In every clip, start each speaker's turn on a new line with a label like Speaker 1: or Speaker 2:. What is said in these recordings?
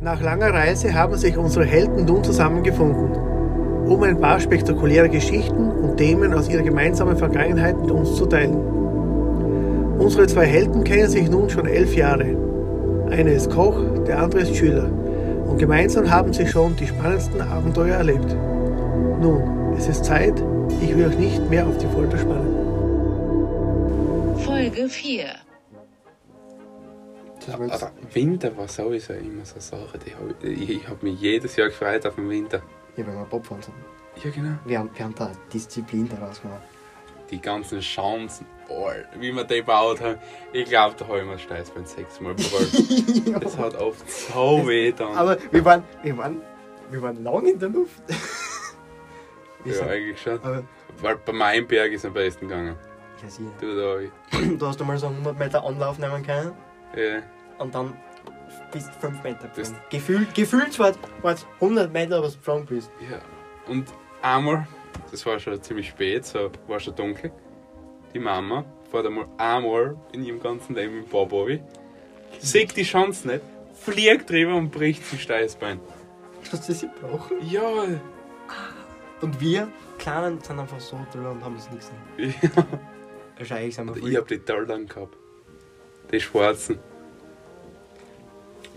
Speaker 1: Nach langer Reise haben sich unsere Helden nun zusammengefunden, um ein paar spektakuläre Geschichten und Themen aus ihrer gemeinsamen Vergangenheit mit uns zu teilen. Unsere zwei Helden kennen sich nun schon elf Jahre. Einer ist Koch, der andere ist Schüler. Und gemeinsam haben sie schon die spannendsten Abenteuer erlebt. Nun, es ist Zeit, ich will euch nicht mehr auf die Folter spannen.
Speaker 2: Folge 4.
Speaker 3: Aber Winter war sowieso immer so Sache. Die hab, ich ich habe mich jedes Jahr gefreut auf den Winter.
Speaker 4: Ja, weil wir Popfalls haben.
Speaker 3: Ja, genau.
Speaker 4: Wir haben, wir haben da Disziplin daraus gemacht.
Speaker 3: Die ganzen Chancen, oh, wie wir die gebaut haben. Ich glaube, da habe ich mir Steiß beim sechsten Mal berührt. Das hat oft so weh dann.
Speaker 4: Aber wir waren, wir waren, wir waren lang in der Luft. Wir
Speaker 3: ja,
Speaker 4: sind-
Speaker 3: eigentlich schon.
Speaker 4: aber,
Speaker 3: Weil bei meinem Berg ist am besten gegangen.
Speaker 4: ich weiß nicht.
Speaker 3: Du da. ich-
Speaker 4: Du hast einmal so 100 Meter Anlauf nehmen können
Speaker 3: Ja.
Speaker 4: und dann bist du 5 Meter
Speaker 3: Das-
Speaker 4: geflogen. Gefühlt, gefühlt war es 100 Meter, was du geflogen bist.
Speaker 3: Ja. Und einmal, das war schon ziemlich spät, so war schon dunkel, die Mama fährt einmal einmal in ihrem ganzen Leben im Bobby, sieht die Chance nicht, fliegt drüber und bricht sich Steißbein.
Speaker 4: Du hast das gebrochen.
Speaker 3: Ja,
Speaker 4: Und wir Kleinen sind einfach so drüber und haben es nicht gesehen.
Speaker 3: ich
Speaker 4: Wahrscheinlich sind wir voll-
Speaker 3: hab die Töltern gehabt. Die schwarzen.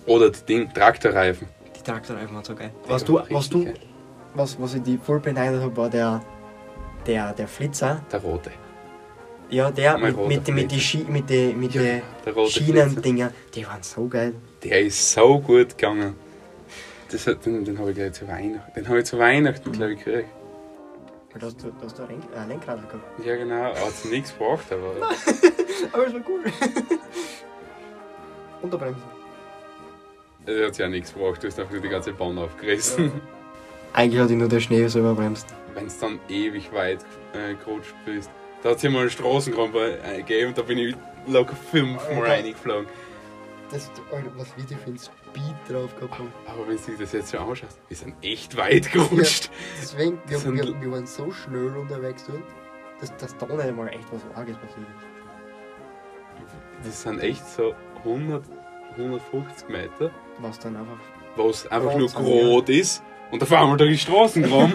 Speaker 3: Oder die Ding, Traktorreifen.
Speaker 4: Die Traktorreifen waren so geil. Was du, was du, was, was ich die voll beneidet habe, war der, der, der Flitzer.
Speaker 3: Der rote.
Speaker 4: Ja, der
Speaker 3: Mein
Speaker 4: mit,
Speaker 3: roter
Speaker 4: mit, mit den
Speaker 3: Flitzer.
Speaker 4: Ski, mit den mit den
Speaker 3: der rote
Speaker 4: Schienendinger. Die waren so geil.
Speaker 3: Der ist so gut gegangen. Das hat, den den habe ich gleich zu Weihnachten. Den habe ich zu Weihnachten, glaube ich, gekriegt.
Speaker 4: Weil Da hast du, da hast du ein Lenk- ein Lenkrad gehabt.
Speaker 3: Ja, genau, hat nichts gebracht, aber.
Speaker 4: Aber es war cool. Unterbremsen.
Speaker 3: Es hat ja nichts gebracht, du hast einfach nur die ganze Bahn aufgerissen.
Speaker 4: Eigentlich hat ihn nur der Schnee selber bremst.
Speaker 3: Wenn es dann ewig weit äh, gerutscht bist. Da hat es mal einen Straßenkrampfer äh, gegeben, da bin ich locker fünfmal
Speaker 4: Alter.
Speaker 3: reingeflogen.
Speaker 4: Das, Alter, was wir die für ein Speed drauf gehabt haben.
Speaker 3: Aber wenn du dir das jetzt so anschaust, wir sind echt weit gerutscht.
Speaker 4: Deswegen,
Speaker 3: wir- Sind- wir-
Speaker 4: waren so schnell unterwegs dort, dass, dass da nicht mal echt was Arges passiert ist.
Speaker 3: Das sind echt so 100, 150 Meter,
Speaker 4: Was dann einfach
Speaker 3: wo es einfach
Speaker 4: Rot
Speaker 3: nur
Speaker 4: sind, ja.
Speaker 3: rot ist und auf einmal durch die Straßen rum.